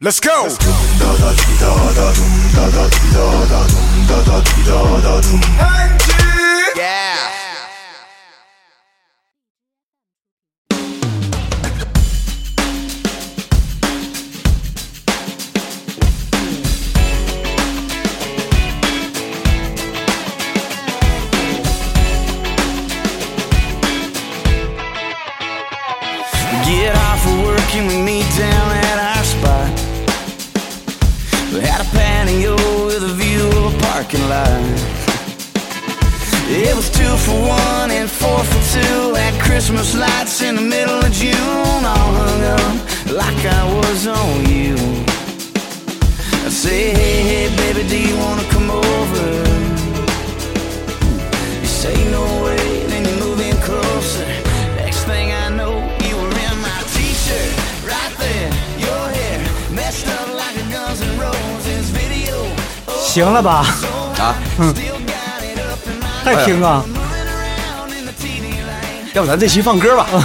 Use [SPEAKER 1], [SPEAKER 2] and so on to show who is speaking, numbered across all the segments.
[SPEAKER 1] Let's go. Yeah.
[SPEAKER 2] Get off of work and we meet down at our spot. We had a patio with a view of a parking lot. It was two for one and four for two. Had Christmas lights in the middle of June. All hung up like I was on you. I say, hey, hey, baby, do you wanna come over? You say no way, then you're moving closer. Next thing I know, you were in my t-shirt, right there, your hair, messed up like a Guns N' Roses video.
[SPEAKER 3] 行了吧？嗯
[SPEAKER 4] 啊，哎
[SPEAKER 3] 太啊听了，
[SPEAKER 4] 要不咱这期放歌吧？
[SPEAKER 3] 嗯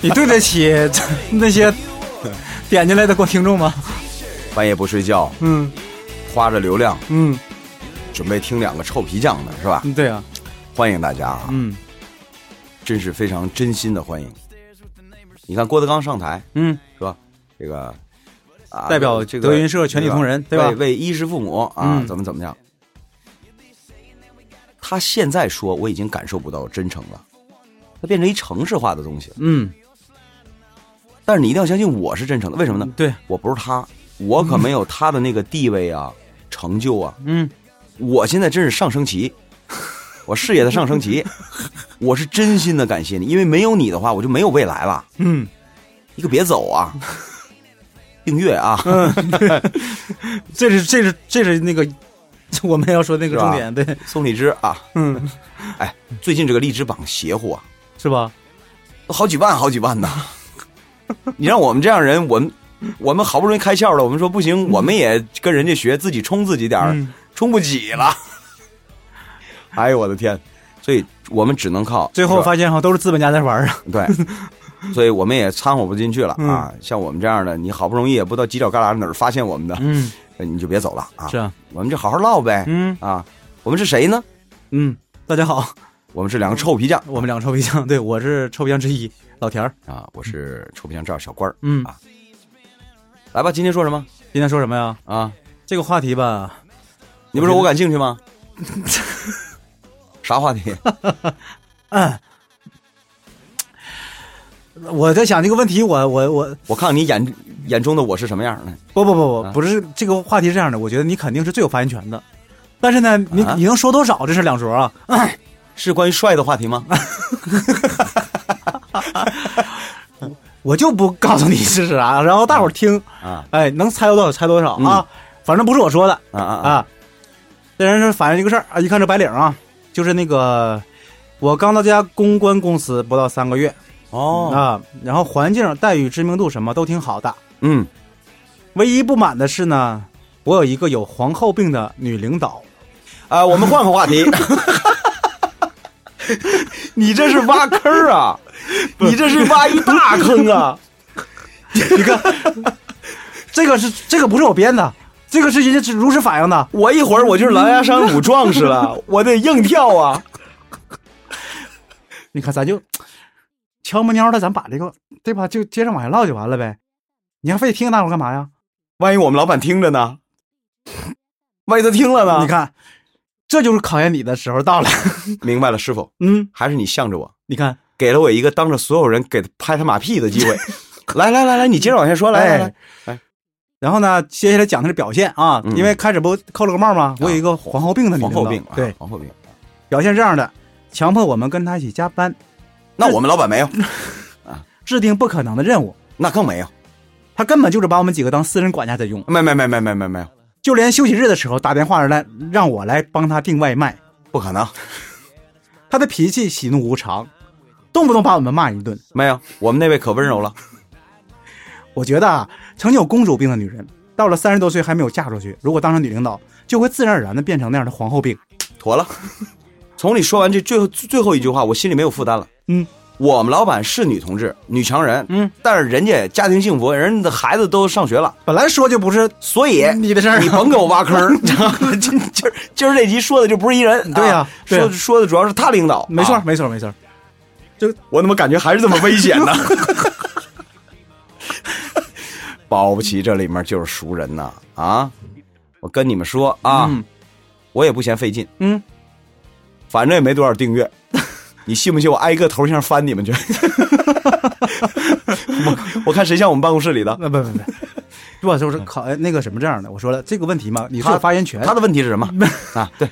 [SPEAKER 3] 你对 得起那些点进来的观听众吗？
[SPEAKER 4] 半夜不睡觉，
[SPEAKER 3] 嗯
[SPEAKER 4] 花着流量，
[SPEAKER 3] 嗯，
[SPEAKER 4] 准备听两个臭皮匠的是吧？
[SPEAKER 3] 对啊，
[SPEAKER 4] 欢迎大家啊！
[SPEAKER 3] 嗯
[SPEAKER 4] 真是非常真心的欢迎。你看郭德纲上台
[SPEAKER 3] 嗯，
[SPEAKER 4] 是吧？这个啊，
[SPEAKER 3] 代表
[SPEAKER 4] 这个
[SPEAKER 3] 德云社全体同仁
[SPEAKER 4] 这
[SPEAKER 3] 对
[SPEAKER 4] 个
[SPEAKER 3] 吧
[SPEAKER 4] 为为衣食父母啊，
[SPEAKER 3] 嗯
[SPEAKER 4] 怎么怎么样？他现在说我已经感受不到真诚了，他变成一城市化的东西了。
[SPEAKER 3] 嗯，
[SPEAKER 4] 但是你一定要相信我是真诚的，为什么呢？
[SPEAKER 3] 对，
[SPEAKER 4] 我不是他，我可没有他的那个地位 啊、成就啊。
[SPEAKER 3] 嗯，
[SPEAKER 4] 我现在真是上升期， 我事业的上升 期，我是真心的感谢你，因为没有你的话，我就没有未来了。
[SPEAKER 3] 嗯，
[SPEAKER 4] 你可别走啊！订阅啊，
[SPEAKER 3] 嗯这是这是这是那个 我们要说那个重点，对，
[SPEAKER 4] 送荔枝啊！
[SPEAKER 3] 嗯，
[SPEAKER 4] 哎，最近这个荔枝榜邪乎啊，
[SPEAKER 3] 是吧？
[SPEAKER 4] 都好几万，好几万呢。你让我们这样人，我们我们好不容易开窍了，我们说不行，我们也跟人家学，自己冲自己点儿，
[SPEAKER 3] 嗯
[SPEAKER 4] 冲不起了。 哎呦我的天！所以我们只能靠
[SPEAKER 3] 最后
[SPEAKER 4] 是吧
[SPEAKER 3] 发现哈，都是资本家在玩儿啊，
[SPEAKER 4] 对，所以我们也掺和不进去了
[SPEAKER 3] 嗯
[SPEAKER 4] 啊。像我们这样的，你好不容易也不知道犄角旮旯哪儿发现我们的，
[SPEAKER 3] 嗯，
[SPEAKER 4] 你就别走了啊。
[SPEAKER 3] 是啊，
[SPEAKER 4] 我们就好好唠呗。
[SPEAKER 3] 嗯
[SPEAKER 4] 啊，我们是谁呢？
[SPEAKER 3] 嗯，大家好，
[SPEAKER 4] 我们是
[SPEAKER 3] 嗯
[SPEAKER 4] 两个臭皮匠
[SPEAKER 3] 我们两个臭皮匠，对我是臭皮匠之一，老田儿，
[SPEAKER 4] 啊，我是臭皮匠赵小官儿。
[SPEAKER 3] 嗯
[SPEAKER 4] 啊，来吧，今天说什么
[SPEAKER 3] 今天说什么呀？
[SPEAKER 4] 啊？
[SPEAKER 3] 这个话题吧，
[SPEAKER 4] 你不是说我感兴趣 吗？啥话题？
[SPEAKER 3] 嗯我在想这个问题，我我我
[SPEAKER 4] 我看看你眼眼中的我是什么样的？
[SPEAKER 3] 不不不
[SPEAKER 4] 啊
[SPEAKER 3] 不，不是这个话题是这样的，我觉得你肯定是最有发言权的，但是呢，你
[SPEAKER 4] 啊
[SPEAKER 3] 你能说多少这是两说啊。
[SPEAKER 4] 是关于帅的话题吗？
[SPEAKER 3] 我就不告诉你是啥，然后大伙儿听，
[SPEAKER 4] 啊
[SPEAKER 3] 哎，能猜到多少猜多少啊，反正不是我说的
[SPEAKER 4] 啊啊啊！
[SPEAKER 3] 啊。这人是反映一个事儿啊，一看这白领啊，就是那个我刚到这家公关公司不到三个月
[SPEAKER 4] 哦，
[SPEAKER 3] 啊，然后环境、待遇、知名度什么都挺好的，
[SPEAKER 4] 嗯，
[SPEAKER 3] 唯一不满的是呢，我有一个有皇后病的女领导，
[SPEAKER 4] 啊，我们换个话题。你这是挖坑儿啊！你这是挖一大坑啊！
[SPEAKER 3] 你看， 这个是这个不是我编的，这个是人家是如实反映的，
[SPEAKER 4] 我一会儿我就是狼牙山五壮士 了，我得硬跳啊！
[SPEAKER 3] 你看，咱就悄摸蔫的，咱把这个对吧，就接着往下唠就完了呗。你还非得听大伙干嘛呀？
[SPEAKER 4] 万一我们老板听着呢？万一他听了呢？
[SPEAKER 3] 你，看，这就是考验你的时候到了。
[SPEAKER 4] 明白了，师傅，
[SPEAKER 3] 嗯，
[SPEAKER 4] 还是你向着我。
[SPEAKER 3] 你看，
[SPEAKER 4] 给了我一个当着所有人给他拍他马屁的机会。来来来来，你接着往下说，来来来
[SPEAKER 3] 哎，然后呢，接下来讲他的表现啊，
[SPEAKER 4] 嗯啊
[SPEAKER 3] 因为开始不扣了个帽吗？我有一个皇后病的女
[SPEAKER 4] 皇
[SPEAKER 3] 领导
[SPEAKER 4] 后病，啊
[SPEAKER 3] 对，
[SPEAKER 4] 皇后病。
[SPEAKER 3] 表现是这样的，强迫我们跟他一起加班，
[SPEAKER 4] 那我们老板没有，
[SPEAKER 3] 制定不可能的任务。
[SPEAKER 4] 那更没有，
[SPEAKER 3] 他根本就是把我们几个当私人管家在用，
[SPEAKER 4] 没没没没没没没有，
[SPEAKER 3] 就连休息日的时候打电话来让我来帮他订外卖。
[SPEAKER 4] 不可能，
[SPEAKER 3] 他的脾气喜怒无常，动不动把我们骂一顿。
[SPEAKER 4] 没有。我们那位可温柔了，
[SPEAKER 3] 我觉得啊，曾经有公主病的女人，到了三十多岁还没有嫁出去，如果当上女领导，就会自然而然的变成那样的皇后病。
[SPEAKER 4] 妥了。从你说完这最后最后一句话，我心里没有负担了。
[SPEAKER 3] 嗯，
[SPEAKER 4] 我们老板是女同志、女强人，
[SPEAKER 3] 嗯，
[SPEAKER 4] 但是人家家庭幸福，人家的孩子都上学了，
[SPEAKER 3] 本来说就不是
[SPEAKER 4] 所以
[SPEAKER 3] 你的事儿啊
[SPEAKER 4] 你甭给我挖坑儿。 今今儿今儿这集说的就不是一人，
[SPEAKER 3] 对呀
[SPEAKER 4] 啊
[SPEAKER 3] 对呀
[SPEAKER 4] 说说的主要是他领导，
[SPEAKER 3] 没错，
[SPEAKER 4] 啊
[SPEAKER 3] 没错，没错。
[SPEAKER 4] 我怎么感觉还是这么危险呢？ 保不齐这里面就是熟人呐！啊，我跟你们说啊，
[SPEAKER 3] 嗯
[SPEAKER 4] 我也不嫌费劲，
[SPEAKER 3] 嗯，
[SPEAKER 4] 反正也没多少订 阅，你信不信我挨个头像翻你们去？ 我我看谁像我们办公室里的？
[SPEAKER 3] 那不不不，不就是考哎那个什么这样的？我说了这个问题嘛，你是
[SPEAKER 4] 他
[SPEAKER 3] 有发言权。
[SPEAKER 4] 他的问题是什 么啊？对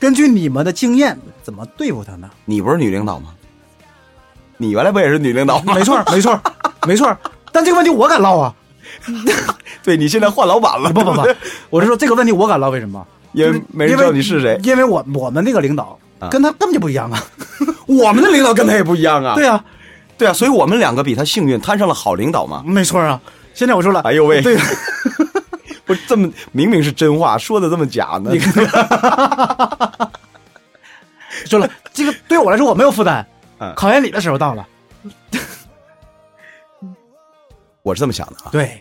[SPEAKER 3] 根据你们的经验，怎么对付他呢？
[SPEAKER 4] 你不是女领导吗？你原来不也是女领导吗？
[SPEAKER 3] 没 错，没错，没错。但这个问题我敢唠啊！
[SPEAKER 4] 对你现在换老板了，
[SPEAKER 3] 不不不
[SPEAKER 4] 啊对对，
[SPEAKER 3] 我是说这个问题我敢唠，为什么？
[SPEAKER 4] 因为
[SPEAKER 3] 就是
[SPEAKER 4] 没人知道你是谁。
[SPEAKER 3] 因为我我们那个领导
[SPEAKER 4] 啊
[SPEAKER 3] 跟他根本就不一样啊。
[SPEAKER 4] 我们的领导跟他也不一样啊
[SPEAKER 3] 对啊，
[SPEAKER 4] 对啊，所以我们两个比他幸运，摊上了好领导嘛。
[SPEAKER 3] 没错啊。现在我说了，
[SPEAKER 4] 哎呦喂
[SPEAKER 3] 对，
[SPEAKER 4] 不是这么明明是真话，说的这么假呢？
[SPEAKER 3] 说了这个对我来说我没有负担
[SPEAKER 4] 嗯。
[SPEAKER 3] 考验你的时候到了，
[SPEAKER 4] 我是这么想的啊，
[SPEAKER 3] 对，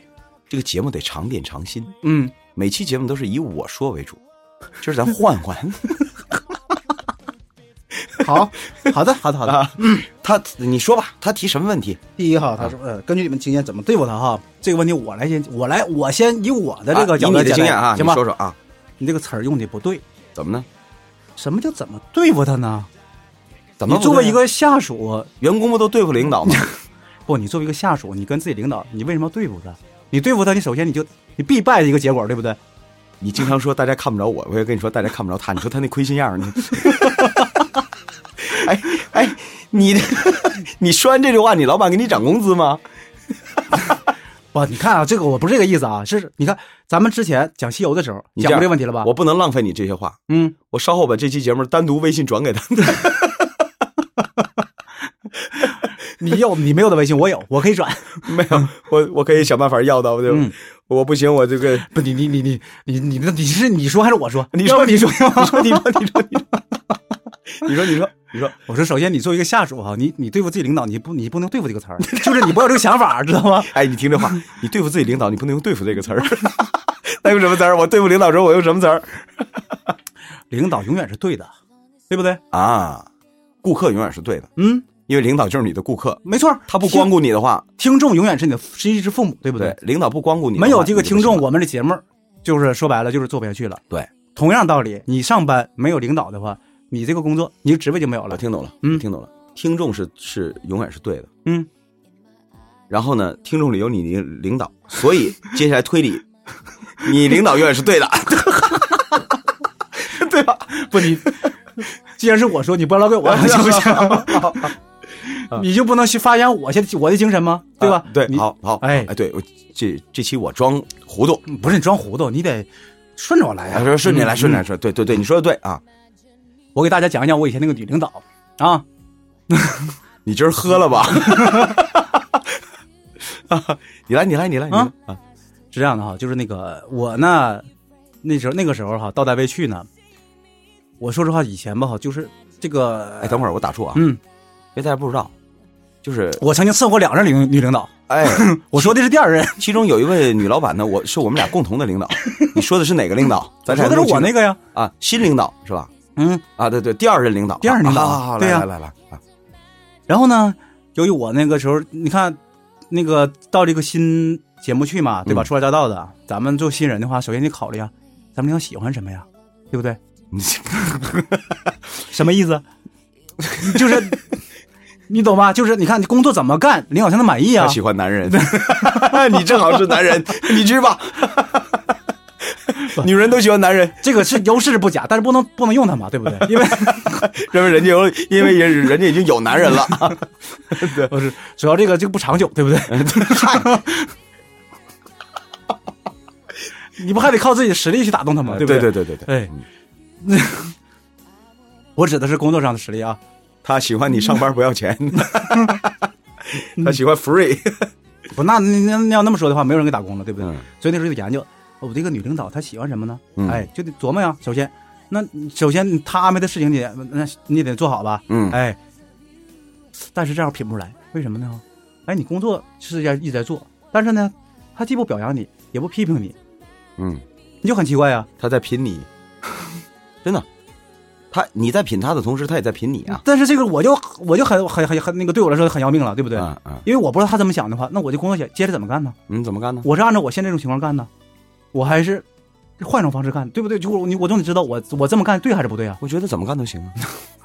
[SPEAKER 4] 这个节目得长点长新，
[SPEAKER 3] 嗯，
[SPEAKER 4] 每期节目都是以我说为主，就是咱换 换。
[SPEAKER 3] 好，好的，好的，好的。
[SPEAKER 4] 啊，嗯，他你说吧，他提什么问题？
[SPEAKER 3] 第一哈，他说，呃，根据你们经验怎么对付他哈？这个问题我来先，我来，我先以我的这
[SPEAKER 4] 啊
[SPEAKER 3] 个
[SPEAKER 4] 以
[SPEAKER 3] 角度
[SPEAKER 4] 你
[SPEAKER 3] 来
[SPEAKER 4] 的
[SPEAKER 3] 讲
[SPEAKER 4] 经验啊，你
[SPEAKER 3] 行吧？
[SPEAKER 4] 说说啊，
[SPEAKER 3] 你这个词儿用的不对，
[SPEAKER 4] 怎么呢？
[SPEAKER 3] 什么叫怎么对付他呢？
[SPEAKER 4] 怎么
[SPEAKER 3] 你
[SPEAKER 4] 不
[SPEAKER 3] 作为
[SPEAKER 4] 对啊
[SPEAKER 3] 一个下属，
[SPEAKER 4] 员工不都对付领导吗？
[SPEAKER 3] 不，你作为一个下属，你跟自己领导，你为什么要对付他？你对付他，你首先你就你必败的一个结果，对不对？
[SPEAKER 4] 你经常说大家看不着我，我也跟你说大家看不着他。你说他那亏心样 儿，你，哎哎，你你说完这句话，你老板给你涨工资吗？
[SPEAKER 3] 不，你看啊，这个我不是这个意思啊，是你看咱们之前讲西游的时候
[SPEAKER 4] 你
[SPEAKER 3] 讲
[SPEAKER 4] 样
[SPEAKER 3] 过这个问题了吧？
[SPEAKER 4] 我不能浪费你这些话，
[SPEAKER 3] 嗯，
[SPEAKER 4] 我稍后把这期节目单独微信转给他。
[SPEAKER 3] 你有你没有的微信我有，我可以转。
[SPEAKER 4] 没有，我我可以想办法要到，对吧？
[SPEAKER 3] 嗯
[SPEAKER 4] 我不行，我这个
[SPEAKER 3] 不，你你你你你你你是你说还是我说？
[SPEAKER 4] 你
[SPEAKER 3] 要
[SPEAKER 4] 说
[SPEAKER 3] 不你说，
[SPEAKER 4] 你说你说你说你说你说你说你说，
[SPEAKER 3] 我说首先你作为一个下属哈，你你对付自己领导，你不你不能对付这个词儿，就是你不要有这个想法，知道吗？
[SPEAKER 4] 哎，你听这话，你对付自己领导，你不能用“对付”这个词儿，那用什么词儿？我对付领导时候，我用什么词儿
[SPEAKER 3] 领导永远是对的，对不对？
[SPEAKER 4] 啊？顾客永远是对的，
[SPEAKER 3] 嗯，
[SPEAKER 4] 因为领导就是你的顾客，
[SPEAKER 3] 没错儿，
[SPEAKER 4] 他不光
[SPEAKER 3] 顾
[SPEAKER 4] 顾你的话，
[SPEAKER 3] 听众永远是你的是一只父母，对不
[SPEAKER 4] 对，领导不光顾你的话，
[SPEAKER 3] 没有这个听
[SPEAKER 4] 你
[SPEAKER 3] 众，
[SPEAKER 4] 就
[SPEAKER 3] 我们这节目就是说白了就是做不下去了。
[SPEAKER 4] 不行了
[SPEAKER 3] 同样道理，你上班没有领导的话，你这个工作你的职位就没有
[SPEAKER 4] 对，我
[SPEAKER 3] 了。
[SPEAKER 4] 听懂了，
[SPEAKER 3] 嗯
[SPEAKER 4] 听懂了，听众是是永远是对的，
[SPEAKER 3] 嗯，
[SPEAKER 4] 然后呢，听众里有你领领导，所以接下来推理，你领导永远是对的， 对啊吧？
[SPEAKER 3] 不，你既然是我说，你不要老给我
[SPEAKER 4] 啊
[SPEAKER 3] 行不行？
[SPEAKER 4] 好
[SPEAKER 3] 你就不能去发扬我现我的精神吗？对吧
[SPEAKER 4] 啊？对，
[SPEAKER 3] 你
[SPEAKER 4] 好好，
[SPEAKER 3] 哎
[SPEAKER 4] 哎，对我这这期我装糊涂，
[SPEAKER 3] 不是你装糊涂，你得顺着我来
[SPEAKER 4] 哎，
[SPEAKER 3] 啊！
[SPEAKER 4] 说顺着来，
[SPEAKER 3] 嗯
[SPEAKER 4] 顺着来，说，对对对，你说的对啊，
[SPEAKER 3] 我给大家讲一讲我以前那个女领导啊，
[SPEAKER 4] 你今儿喝了吧？ 啊你来，你来，你来，你来
[SPEAKER 3] 啊
[SPEAKER 4] 啊！
[SPEAKER 3] 是这样的哈，就是那个我呢，那时候那个时候哈，到单位去呢，我说实话，以前吧哈，就是这个，
[SPEAKER 4] 哎，等会儿我打住啊，因
[SPEAKER 3] 嗯，
[SPEAKER 4] 为大家不知道，就是
[SPEAKER 3] 我曾经伺候两任领女领导，
[SPEAKER 4] 哎，
[SPEAKER 3] 我说的是第 二任，
[SPEAKER 4] 其中有一位女老板呢，我是我们俩共同的领导，你说的是哪个领导？咱
[SPEAKER 3] 我说的是我那
[SPEAKER 4] 个
[SPEAKER 3] 个呀，
[SPEAKER 4] 啊，新领导是吧？
[SPEAKER 3] 嗯，
[SPEAKER 4] 啊，对对，第二任领导，
[SPEAKER 3] 第二任领导
[SPEAKER 4] 啊好好好
[SPEAKER 3] 对呀
[SPEAKER 4] 来来来来啊，
[SPEAKER 3] 然后呢，由于我那个时候，你看，那个到这个新节目去嘛，对吧？
[SPEAKER 4] 嗯
[SPEAKER 3] 初来乍到的，咱们做新人的话，首先得考虑啊，咱们领导喜欢什么呀，对不对？
[SPEAKER 4] 你
[SPEAKER 3] 什么意思？ 就是你懂吧？就是你看你工作怎么干，领导才能满意 啊
[SPEAKER 4] 他。喜欢男 人，你正好是男人，你去吧。女人都喜欢男人，
[SPEAKER 3] 这个是优势是不假，但是不能不能用它嘛，对不对？ 因为
[SPEAKER 4] 认为人家有，因为人人家已经有男人了。
[SPEAKER 3] 不是主要这个这个不长久，对 不对？你不还得靠自己的实力去打动他吗？
[SPEAKER 4] 对
[SPEAKER 3] 不对
[SPEAKER 4] 对对对对，嗯
[SPEAKER 3] 哎， 我指的是工作上的实 力啊。
[SPEAKER 4] 他喜欢你上班不要 钱，他喜欢 free。
[SPEAKER 3] 不，那那那那要那么说的话，没有人给打工了，对不对？
[SPEAKER 4] 嗯
[SPEAKER 3] 所以那时候就研究，哦我这个女领导她喜欢什么呢？
[SPEAKER 4] 嗯
[SPEAKER 3] 哎，就得琢磨呀。首先，那首先她安排的事情你得那你得做好吧。
[SPEAKER 4] 嗯
[SPEAKER 3] 哎，但是这样品不出来，为什么呢？哎，你工作是在一直在做，但是呢，他既不表扬你，也不批评你，
[SPEAKER 4] 嗯，
[SPEAKER 3] 你就很奇怪呀、
[SPEAKER 4] 他在品你，真的，他你在品他的同时，他也在品你啊，
[SPEAKER 3] 但是这个我就我就很很很很那个对我来说很要命了，对不对？
[SPEAKER 4] 啊啊，
[SPEAKER 3] 因为我不知道他怎么想的话，那我这工作接接着怎么干呢？
[SPEAKER 4] 你怎么干呢？
[SPEAKER 3] 我是按照我现在这种情况干呢，我还是换一种方式干，对不对？就我你我就得知道我我这么干对还是不对啊？
[SPEAKER 4] 我觉得怎么干都 行啊，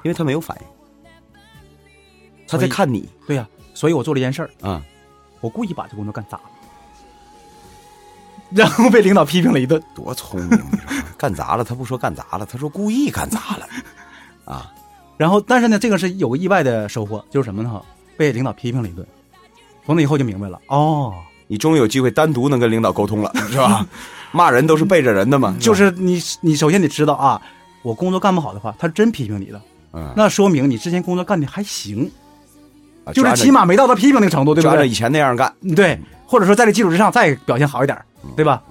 [SPEAKER 4] 因为他没有反应，他在
[SPEAKER 3] 所以
[SPEAKER 4] 看你
[SPEAKER 3] 对呀、所以我做了一件事儿，
[SPEAKER 4] 啊，
[SPEAKER 3] 我故意把这工作干砸了， 然后被领导批评了一顿。
[SPEAKER 4] 多聪明，啊你知道吗干砸了，他不说干砸了，他说故意干砸了，啊，
[SPEAKER 3] 然后，但是呢，这个是有个意外的收获，就是什么呢？被领导批评了一顿。从那以后就明白了，哦，
[SPEAKER 4] 你终于有机会单独能跟领导沟通了，是 吧？骂人都是背着人的嘛，
[SPEAKER 3] 就是是你你首先得知道啊，我工作干不好的话，他真批评你的，
[SPEAKER 4] 吧嗯，
[SPEAKER 3] 那说明你之前工作干的还行，
[SPEAKER 4] 啊
[SPEAKER 3] 就是
[SPEAKER 4] 按照
[SPEAKER 3] 起码没到他批评那个程度，对
[SPEAKER 4] 就
[SPEAKER 3] 不
[SPEAKER 4] 按照
[SPEAKER 3] 对
[SPEAKER 4] 以？前那样干，
[SPEAKER 3] 嗯对，或者说在这基础之上再表现好一点儿，对吧？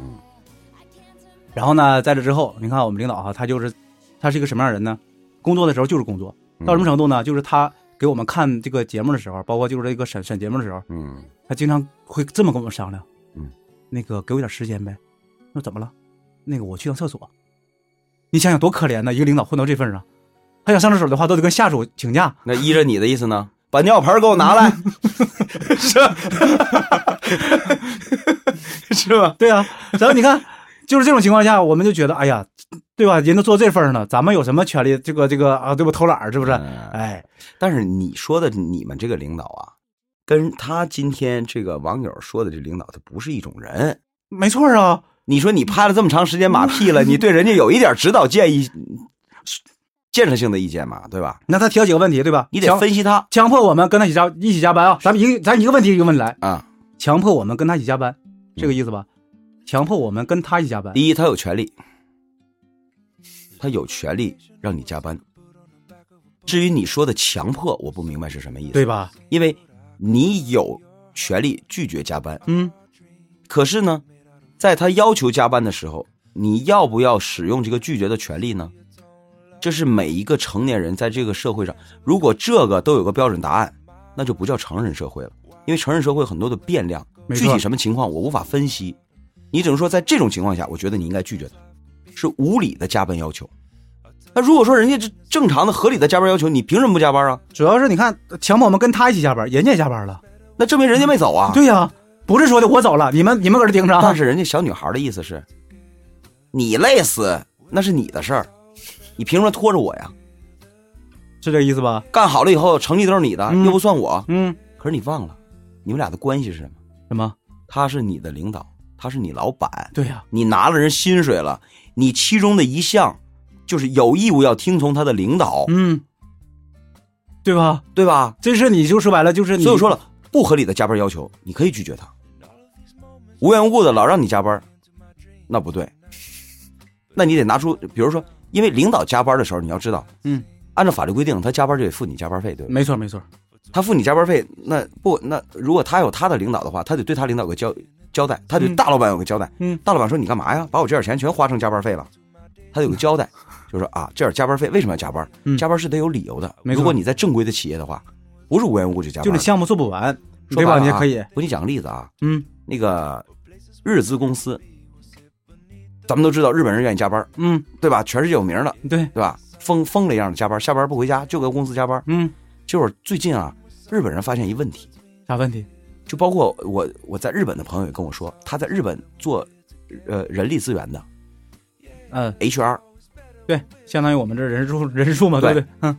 [SPEAKER 3] 然后呢，在这之后，你看我们领导哈、他就是他是一个什么样的人呢？工作的时候就是工作，到什么程度呢？就是他给我们看这个节目的时候，包括就是这个审审节目的时候，
[SPEAKER 4] 嗯
[SPEAKER 3] 他经常会这么跟我们商量，
[SPEAKER 4] 嗯，
[SPEAKER 3] 那个给我点时间呗。那怎么了？那个我去趟厕所。你想想多可怜呐，一个领导混到这份儿上，他想上厕所的话，都得跟下属请假。
[SPEAKER 4] 那依着你的意思呢？把尿盆给我拿来，是 是吧？
[SPEAKER 3] 对啊，然后你看，就是这种情况下，我们就觉得，哎呀，对吧？人都做这份儿呢，咱们有什么权利？这个这个啊，对吧？偷懒儿是不是？
[SPEAKER 4] 嗯
[SPEAKER 3] 哎，
[SPEAKER 4] 但是你说的你们这个领导啊，跟他今天这个网友说的这领导，他不是一种人。
[SPEAKER 3] 没错儿啊，
[SPEAKER 4] 你说你拍了这么长时间马屁了，你对人家有一点指导建议、建设性的意见嘛，对吧？
[SPEAKER 3] 那他提了几个问题，对吧？
[SPEAKER 4] 你得
[SPEAKER 3] 强
[SPEAKER 4] 分析他
[SPEAKER 3] 强迫我们跟他一起加一起加班啊，咱们一个咱一个问题一个问题来，
[SPEAKER 4] 啊。
[SPEAKER 3] 强迫我们跟他一起加班，
[SPEAKER 4] 嗯
[SPEAKER 3] 这个意思吧？强迫我们跟他一起加班，
[SPEAKER 4] 第一，他有权利，他有权利让你加班。至于你说的强迫，我不明白是什么意思。
[SPEAKER 3] 对，吧？
[SPEAKER 4] 因为你有权利拒绝加班，
[SPEAKER 3] 嗯，
[SPEAKER 4] 可是呢，在他要求加班的时候，你要不要使用这个拒绝的权利呢？这是每一个成年人在这个社会上，如果这个都有个标准答案，那就不叫成人社会了，因为成人社会很多的变量，
[SPEAKER 3] 没错
[SPEAKER 4] 具体什么情况我无法分析，你只能说在这种情况下，我觉得你应该拒绝他，是无理的加班要求。那如果说人家这正常的合理的加班要求，你凭什么不加班啊？
[SPEAKER 3] 主要是你看，强迫我们跟他一起加班，人家也加班了，
[SPEAKER 4] 那证明人家没走啊。
[SPEAKER 3] 对呀、不是说的我走了，你们你们搁这盯着啊
[SPEAKER 4] 但，是人家小女孩的意思是，你累死那是你的事儿，你凭什么拖着我呀？
[SPEAKER 3] 是这个意思吧？
[SPEAKER 4] 干好了以后成绩都是你的，
[SPEAKER 3] 嗯
[SPEAKER 4] 又不算我。
[SPEAKER 3] 嗯，
[SPEAKER 4] 可是你忘了，你们俩的关系是什么？
[SPEAKER 3] 什么？
[SPEAKER 4] 他是你的领导，他是你老板，
[SPEAKER 3] 对呀、
[SPEAKER 4] 你拿了人薪水了，你其中的一项就是有义务要听从他的领导，
[SPEAKER 3] 嗯，对吧？
[SPEAKER 4] 对吧？
[SPEAKER 3] 这事你就说白了就是你，
[SPEAKER 4] 所以我说了，不合理的加班要求，你可以拒绝他。无缘无故的老让你加班，那不对。那你得拿出，比如说，因为领导加班的时候，你要知道，
[SPEAKER 3] 嗯，
[SPEAKER 4] 按照法律规定，他加班就得付你加班费，对吧？
[SPEAKER 3] 没错没错，
[SPEAKER 4] 他付你加班费，那不那如果他有他的领导的话，他得对他领导有个交交代，他对大老板有个交代。
[SPEAKER 3] 嗯
[SPEAKER 4] 大老板说你干嘛呀？把我这点钱全花成加班费了，他得有个交代，就说啊，这点加班费为什么要加班？
[SPEAKER 3] 嗯
[SPEAKER 4] 加班是得有理由的。
[SPEAKER 3] 没错
[SPEAKER 4] 如果你在正规的企业的话，不是无缘无故就加班
[SPEAKER 3] 就
[SPEAKER 4] 的，
[SPEAKER 3] 你项目做不完，
[SPEAKER 4] 说
[SPEAKER 3] 对吧？
[SPEAKER 4] 白了
[SPEAKER 3] 你也
[SPEAKER 4] 啊
[SPEAKER 3] 可以，
[SPEAKER 4] 我给你讲个例子啊，
[SPEAKER 3] 嗯
[SPEAKER 4] 那个日资公司，咱们都知道日本人愿意加班，
[SPEAKER 3] 嗯，
[SPEAKER 4] 对吧？全世界有名的，
[SPEAKER 3] 对，
[SPEAKER 4] 对吧？疯疯了一样的加班，下班不回家，就搁公司加班。
[SPEAKER 3] 嗯，
[SPEAKER 4] 结果最近啊，日本人发现一问题，
[SPEAKER 3] 啥问题？
[SPEAKER 4] 就包括我我在日本的朋友也跟我说，他在日本做呃人力资源的
[SPEAKER 3] 嗯，
[SPEAKER 4] HR，
[SPEAKER 3] 对，相当于我们这人数 人数嘛，对不对？嗯，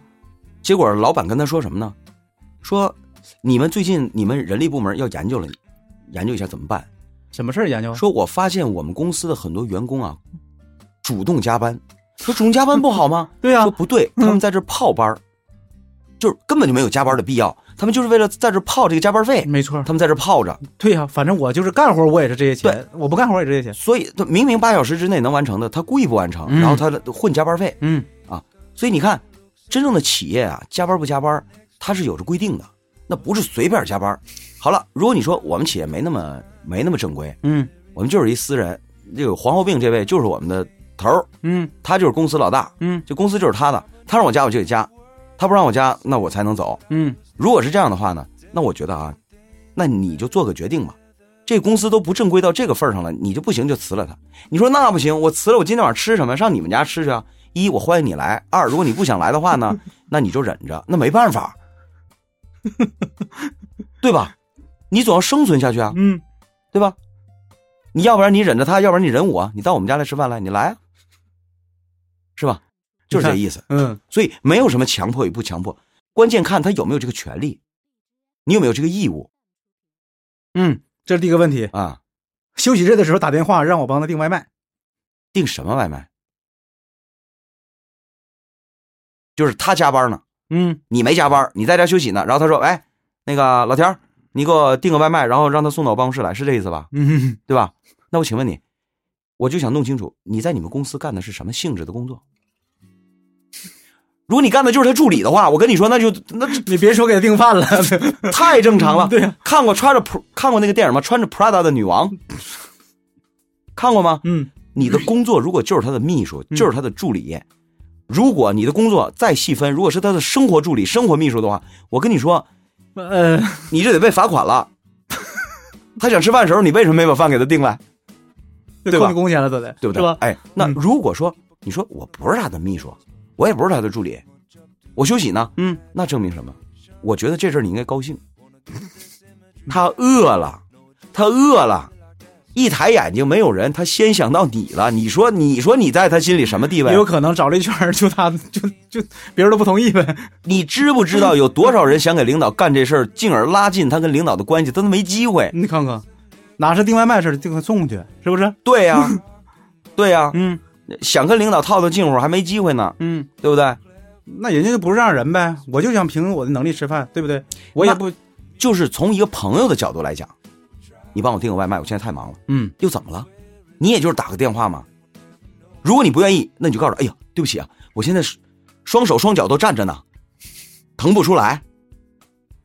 [SPEAKER 4] 结果老板跟他说什么呢？说你们最近你们人力部门要研究了，研究一下怎么办？
[SPEAKER 3] 什么事儿研究？
[SPEAKER 4] 说我发现我们公司的很多员工啊，主动加班。说主动加班不好吗？
[SPEAKER 3] 对呀
[SPEAKER 4] 说不对，啊他们在这泡班儿，就是根本就没有加班的必要，他们就是为了在这泡这个加班费，
[SPEAKER 3] 没错，
[SPEAKER 4] 他们在这泡着。
[SPEAKER 3] 对呀、反正我就是干活，我也是这些钱，我不干活也是这些钱。
[SPEAKER 4] 所以他明明八小时之内能完成的，他故意不完成，
[SPEAKER 3] 嗯
[SPEAKER 4] 然后他混加班费。
[SPEAKER 3] 嗯，
[SPEAKER 4] 所以你看，真正的企业啊，加班不加班，它是有着规定的，那不是随便加班。好了，如果你说我们企业没那么没那么正规，
[SPEAKER 3] 嗯
[SPEAKER 4] 我们就是一私人，这个皇后病这位就是我们的头儿，
[SPEAKER 3] 嗯
[SPEAKER 4] 他就是公司老大，
[SPEAKER 3] 嗯
[SPEAKER 4] 这公司就是他的，他让我加我就得加，他不让我加那我才能走。
[SPEAKER 3] 嗯，
[SPEAKER 4] 如果是这样的话呢，那我觉得啊，那你就做个决定吧。这公司都不正规到这个份儿上了，你就不行就辞了他。你说那不行，我辞了，我今天晚上吃什么？上你们家吃去啊？一，我欢迎你来；二，如果你不想来的话呢，那你就忍着，那没办法， 对吧？你总要生存下去啊，
[SPEAKER 3] 嗯，
[SPEAKER 4] 对吧？你要不然你忍着他，要不然你忍我，你到我们家来吃饭来，你来啊，是吧？就是这意思。
[SPEAKER 3] 嗯，
[SPEAKER 4] 所以没有什么强迫与不强迫，关键看他有没有这个权利，你有没有这个义务
[SPEAKER 3] 嗯，这是第一个问题。
[SPEAKER 4] 啊？
[SPEAKER 3] 休息日的时候打电话让我帮他订外卖，
[SPEAKER 4] 订什么外卖？就是他加班呢，
[SPEAKER 3] 嗯，
[SPEAKER 4] 你没加班，你在家休息呢。然后他说：“哎，那个老田儿，你给我订个外卖，然后让他送到我办公室来，是这意思吧？
[SPEAKER 3] 嗯，
[SPEAKER 4] 对吧？”那我请问你，我就想弄清楚你在你们公司干的是什么性质的工作。如果你干的就是他助理的话，我跟你说，那就那
[SPEAKER 3] 你别说给他订 饭了，
[SPEAKER 4] 太正常了。
[SPEAKER 3] 对啊呀
[SPEAKER 4] 看过穿着 Pr- 看过那个电影吗？穿着 Prada 的女王，看过吗？
[SPEAKER 3] 嗯，
[SPEAKER 4] 你的工作如果就是他的秘书，就是他的助理，如果你的工作再细分，如果是他的生活助理、生活秘书的话，我跟你说，
[SPEAKER 3] 呃，
[SPEAKER 4] 你就得被罚款了。 他想吃饭的时候，你为什么没把饭给他订来？
[SPEAKER 3] 对
[SPEAKER 4] 对吧
[SPEAKER 3] 扣你工钱了都得，
[SPEAKER 4] 对不对？
[SPEAKER 3] 是吧？
[SPEAKER 4] 哎，那
[SPEAKER 3] 嗯
[SPEAKER 4] 如果说你说我不是他的秘书，我也不是他的助理，我休息呢，
[SPEAKER 3] 嗯，
[SPEAKER 4] 那证明什么？我觉得这事儿你应该高兴。他饿了，他饿了，一抬眼睛没有人，他先想到你了。你说，你说你在他心里什么地位
[SPEAKER 3] 也？有可能找了一圈儿就他就就别人都不同意呗，
[SPEAKER 4] 你知不知道有多少人想给领导干这事儿，进而拉近他跟领导的关系，他都没机 会。
[SPEAKER 3] 你看看，哪是订外卖事儿，就给他送去，是不是？
[SPEAKER 4] 对呀、 对呀、
[SPEAKER 3] 嗯
[SPEAKER 4] 想跟领导套套近乎还没机会呢，
[SPEAKER 3] 嗯，
[SPEAKER 4] 对不对？
[SPEAKER 3] 那人家就不是这样人呗，我就想凭我的能力吃饭，对不对？我也
[SPEAKER 4] 那
[SPEAKER 3] 不，
[SPEAKER 4] 就是从一个朋友的角度来讲，你帮我订个外卖，我现在太忙了，
[SPEAKER 3] 嗯
[SPEAKER 4] 又怎么了？你也就是打个电话嘛。如果你不愿意，那你就告诉他，哎呀，对不起啊，我现在是双手双脚都站着呢，腾不出来，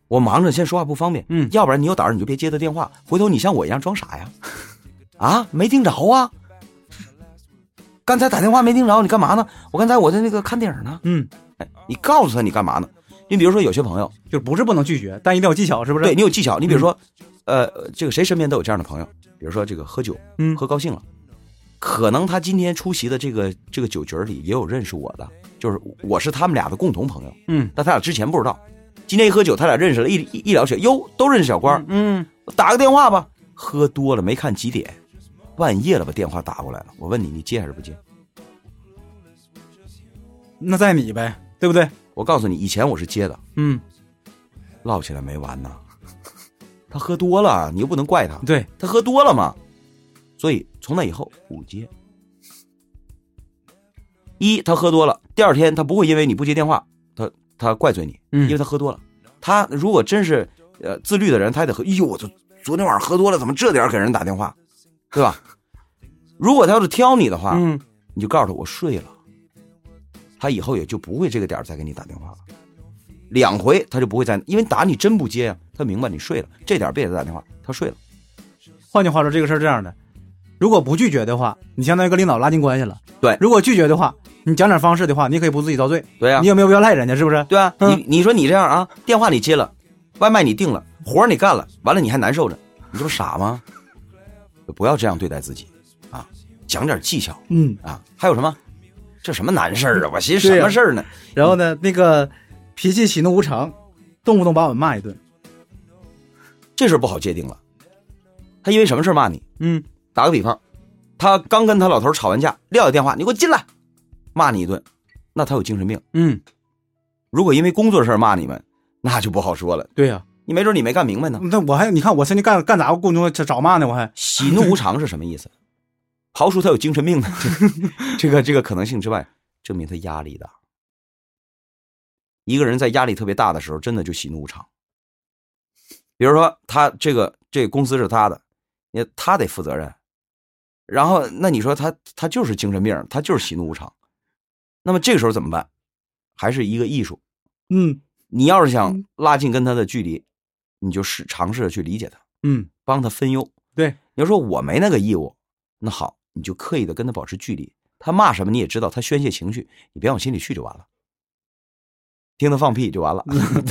[SPEAKER 4] 我忙着，现在说话不方便。
[SPEAKER 3] 嗯
[SPEAKER 4] 要不然你有胆儿你就别接他电话，回头你像我一样装傻呀， 啊，没听着啊，刚才打电话没听着，你干嘛呢？我刚才我在那个看电影呢。
[SPEAKER 3] 嗯，
[SPEAKER 4] 你告诉他你干嘛呢？你比如说有些朋友，
[SPEAKER 3] 就不是不能拒绝，但一定要有技巧，是不是？嗯
[SPEAKER 4] 对你有技巧。你比如说，呃，这个谁身边都有这样的朋友，比如说这个喝酒，
[SPEAKER 3] 嗯
[SPEAKER 4] 喝高兴了，可能他今天出席的这个这个酒局儿里也有认识我的，就是我是他们俩的共同朋友，
[SPEAKER 3] 嗯
[SPEAKER 4] 但他俩之前不知道。今天一喝酒，他俩认识了，一一一聊起来，哟，都认识小官儿，
[SPEAKER 3] 嗯，
[SPEAKER 4] 打个电话吧。喝多了没看几点，半夜了把电话打过来了，我问你，你接还是不接？
[SPEAKER 3] 那在你呗，对不对？
[SPEAKER 4] 我告诉你，以前我是接的，
[SPEAKER 3] 嗯，
[SPEAKER 4] 唠起来没完呐。 他喝多了，你又不能怪他，
[SPEAKER 3] 对，
[SPEAKER 4] 他喝多了嘛，所以从那以后不接。一，他喝多了，第二天他不会因为你不接电话，他他怪罪你，
[SPEAKER 3] 嗯
[SPEAKER 4] 因为他喝多了。他如果真是呃自律的人，他也得喝。哎呦，我昨昨天晚上喝多了，怎么这点儿给人打电话，对吧？如果他要是挑你的话，
[SPEAKER 3] 嗯，
[SPEAKER 4] 你就告诉他我睡了，他以后也就不会这个点儿再给你打电话了。两回他就不会再，因为打你真不接呀、他明白你睡了，这点儿别给他打电话，他睡了。
[SPEAKER 3] 换句话说，这个事儿这样的，如果不拒绝的话，你相当于跟领导拉近关系了；
[SPEAKER 4] 对
[SPEAKER 3] 如果拒绝的话，你讲点方式的话，你可以不自己遭罪，
[SPEAKER 4] 对呀、
[SPEAKER 3] 你有没有必要赖人家？是不是？
[SPEAKER 4] 对啊，
[SPEAKER 3] 嗯
[SPEAKER 4] 你你说你这样啊，电话你接了，外卖你订了，活儿你干了，完了你还难受着，你这不傻吗？不要这样对待自己啊，讲点技巧
[SPEAKER 3] 嗯。
[SPEAKER 4] 啊。还有什么？这什么难事儿啊？我寻思
[SPEAKER 3] 对
[SPEAKER 4] 什
[SPEAKER 3] 呀
[SPEAKER 4] 么事儿呢？
[SPEAKER 3] 然后呢，那个脾气喜怒无常，动不动把我们骂一顿。
[SPEAKER 4] 这事儿不好界定了。他因为什么事儿骂你？
[SPEAKER 3] 嗯
[SPEAKER 4] 打个比方，他刚跟他老头儿吵完架，撂下电话，你给我进来，骂你一顿，那他有精神病。
[SPEAKER 3] 嗯，
[SPEAKER 4] 如果因为工作事儿骂你们，那就不好说了。
[SPEAKER 3] 对呀、
[SPEAKER 4] 你没准你没干明白呢。
[SPEAKER 3] 那我还你看我曾经干干啥过程中找骂呢，我还
[SPEAKER 4] 喜怒无常是什么意思？刨除他有精神病的这个这个可能性之外，证明他压力大。一个人在压力特别大的时候，真的就喜怒无常。比如说，他这个这个公司是他的，也他得负责任。然后，那你说他他就是精神病，他就是喜怒无常。那么这个时候怎么办？还是一个艺术。
[SPEAKER 3] 嗯
[SPEAKER 4] 你要是想拉近跟他的距离，你就试尝试着去理解他。
[SPEAKER 3] 嗯
[SPEAKER 4] 帮他分忧。
[SPEAKER 3] 对
[SPEAKER 4] 你要说我没那个义务，那好，你就刻意的跟他保持距离。他骂什么你也知道，他宣泄情绪，你别往心里去就完了。听他放屁就完 了，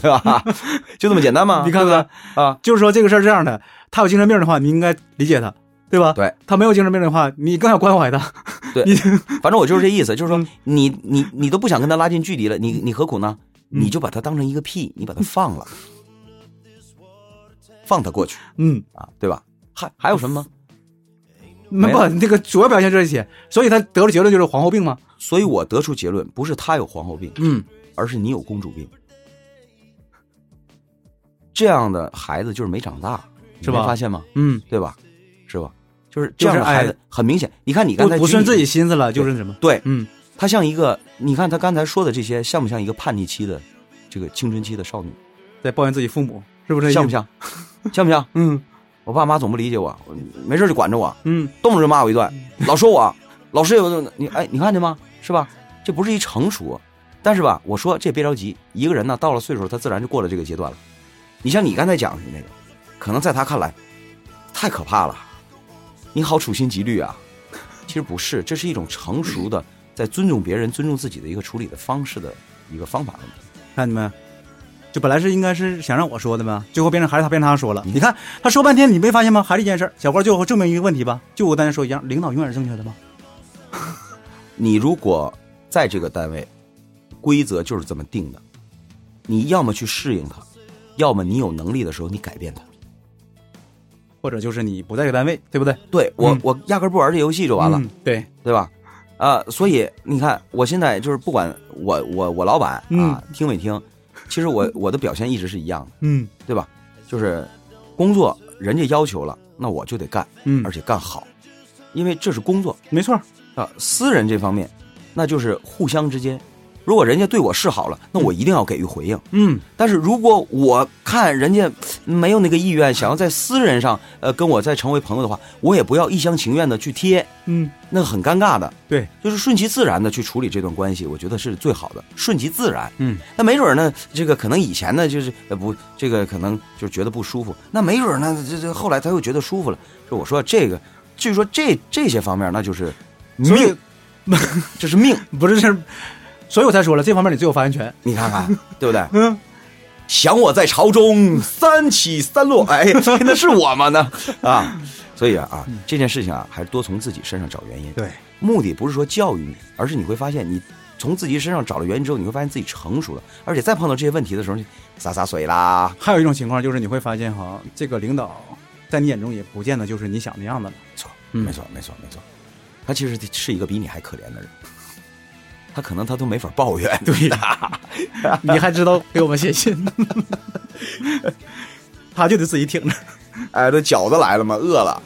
[SPEAKER 4] 对吧？ 就这么简单吗？
[SPEAKER 3] 你看看，
[SPEAKER 4] 啊，
[SPEAKER 3] 就是说这个事儿是这样的，他有精神病的话，你应该理解他，对吧？
[SPEAKER 4] 对，
[SPEAKER 3] 他没有精神病的话，你更要关怀他。
[SPEAKER 4] 对
[SPEAKER 3] 你嗯
[SPEAKER 4] 反正我就是这意思，就是说你你你都不想跟他拉近距离了，你你何苦呢？
[SPEAKER 3] 嗯
[SPEAKER 4] 你就把他当成一个屁，你把他放了，放他过去
[SPEAKER 3] 嗯，
[SPEAKER 4] 啊，对吧？还还有什么吗？
[SPEAKER 3] 那
[SPEAKER 4] 没
[SPEAKER 3] 不
[SPEAKER 4] 了，
[SPEAKER 3] 这个主要表现这些，所以他得了结论就是皇后病嘛。
[SPEAKER 4] 所以我得出结论，不是他有皇后病，
[SPEAKER 3] 嗯，
[SPEAKER 4] 而是你有公主病。这样的孩子就是没长大，你
[SPEAKER 3] 是吧
[SPEAKER 4] 没发现吗？
[SPEAKER 3] 嗯，
[SPEAKER 4] 对吧？是吧？就是
[SPEAKER 3] 就
[SPEAKER 4] 这样
[SPEAKER 3] 是
[SPEAKER 4] 的孩子
[SPEAKER 3] 哎，
[SPEAKER 4] 很明显。你看你刚
[SPEAKER 3] 不
[SPEAKER 4] 才
[SPEAKER 3] 不
[SPEAKER 4] 举
[SPEAKER 3] 顺
[SPEAKER 4] 例
[SPEAKER 3] 自己心思了，就是什么？
[SPEAKER 4] 对
[SPEAKER 3] 嗯，
[SPEAKER 4] 她像一个，你看她刚才说的这些，像不像一个叛逆期的这个青春期的少女？
[SPEAKER 3] 在抱怨自己父母，是不是？
[SPEAKER 4] 像不？像？ 像不像？
[SPEAKER 3] 嗯
[SPEAKER 4] 我爸妈总不理解我，没事就管着我，
[SPEAKER 3] 嗯，
[SPEAKER 4] 动不动就骂我一顿，老说我，老师有你哎，你看见吗？是吧？这不是一成熟，但是吧，我说这别着急，一个人呢到了岁数，他自然就过了这个阶段了。你像你刚才讲的那个，可能在他看来太可怕了，你好处心积虑啊。 其实不是，这是一种成熟的，在尊重别人、尊重自己的一个处理的方式的一个方法问题。
[SPEAKER 3] 看见没？就本来是应该是想让我说的嘛，最后变成还是他变成他说了。你看他说半天，你没发现吗？还是一件事儿。小郭最后证明一个问题吧，就我刚才说一样，领导永远是正确的吗？
[SPEAKER 4] 你如果在这个单位，规则就是这么定的，你要么去适应它，要么你有能力的时候你改变它。
[SPEAKER 3] 或者就是你不在这个单位，对不对？
[SPEAKER 4] 对我，
[SPEAKER 3] 嗯
[SPEAKER 4] 我压根儿不玩这游戏就完了，
[SPEAKER 3] 嗯对，
[SPEAKER 4] 对吧？啊、所以你看，我现在就是不管我我我老板啊、
[SPEAKER 3] 嗯
[SPEAKER 4] 听没听，其实我我的表现一直是一样的，
[SPEAKER 3] 嗯
[SPEAKER 4] 对吧？就是工作人家要求了，那我就得干，
[SPEAKER 3] 嗯
[SPEAKER 4] 而，且干好，因为这是工作。
[SPEAKER 3] 没错儿，
[SPEAKER 4] 啊，私人这方面，那就是互相之间，如果人家对我示好了，那我一定要给予回应。
[SPEAKER 3] 嗯
[SPEAKER 4] 但是如果我看人家没有那个意愿，想要在私人上呃跟我再成为朋友的话，我也不要一厢情愿的去贴，
[SPEAKER 3] 嗯，
[SPEAKER 4] 那很尴尬的。
[SPEAKER 3] 对，
[SPEAKER 4] 就是顺其自然的去处理这段关系，我觉得是最好的，顺其自然。
[SPEAKER 3] 嗯，
[SPEAKER 4] 那没准儿呢，这个可能以前呢就是呃不，这个可能就觉得不舒服，那没准儿呢这这后来他又觉得舒服了。就我说这个，据说这这些方面那就是
[SPEAKER 3] 所以
[SPEAKER 4] 命，这是命。
[SPEAKER 3] 不是这是，所以我才说了，这方面你最有发言权。
[SPEAKER 4] 你看 看，对不对？嗯。想我在朝中三起三落， 哎，那是我吗呢？啊，所以啊啊，这件事情啊，还是多从自己身上找原因。
[SPEAKER 3] 对，
[SPEAKER 4] 目的不是说教育你，而是你会发现，你从自己身上找了原因之后，你会发现自己成熟了，而且再碰到这些问题的时候，你洒洒水啦，
[SPEAKER 3] 还有一种情况就是你会发现哈，这个领导在你眼中也不见得就是你想的样子了。
[SPEAKER 4] 没错，
[SPEAKER 3] 嗯
[SPEAKER 4] 没错，没错，没错。他其实是一个比你还可怜的人，他可能他都没法抱怨。
[SPEAKER 3] 对， 你还知道给我们写信， 他就得自己挺着。
[SPEAKER 4] 哎，这饺子来了吗？饿了，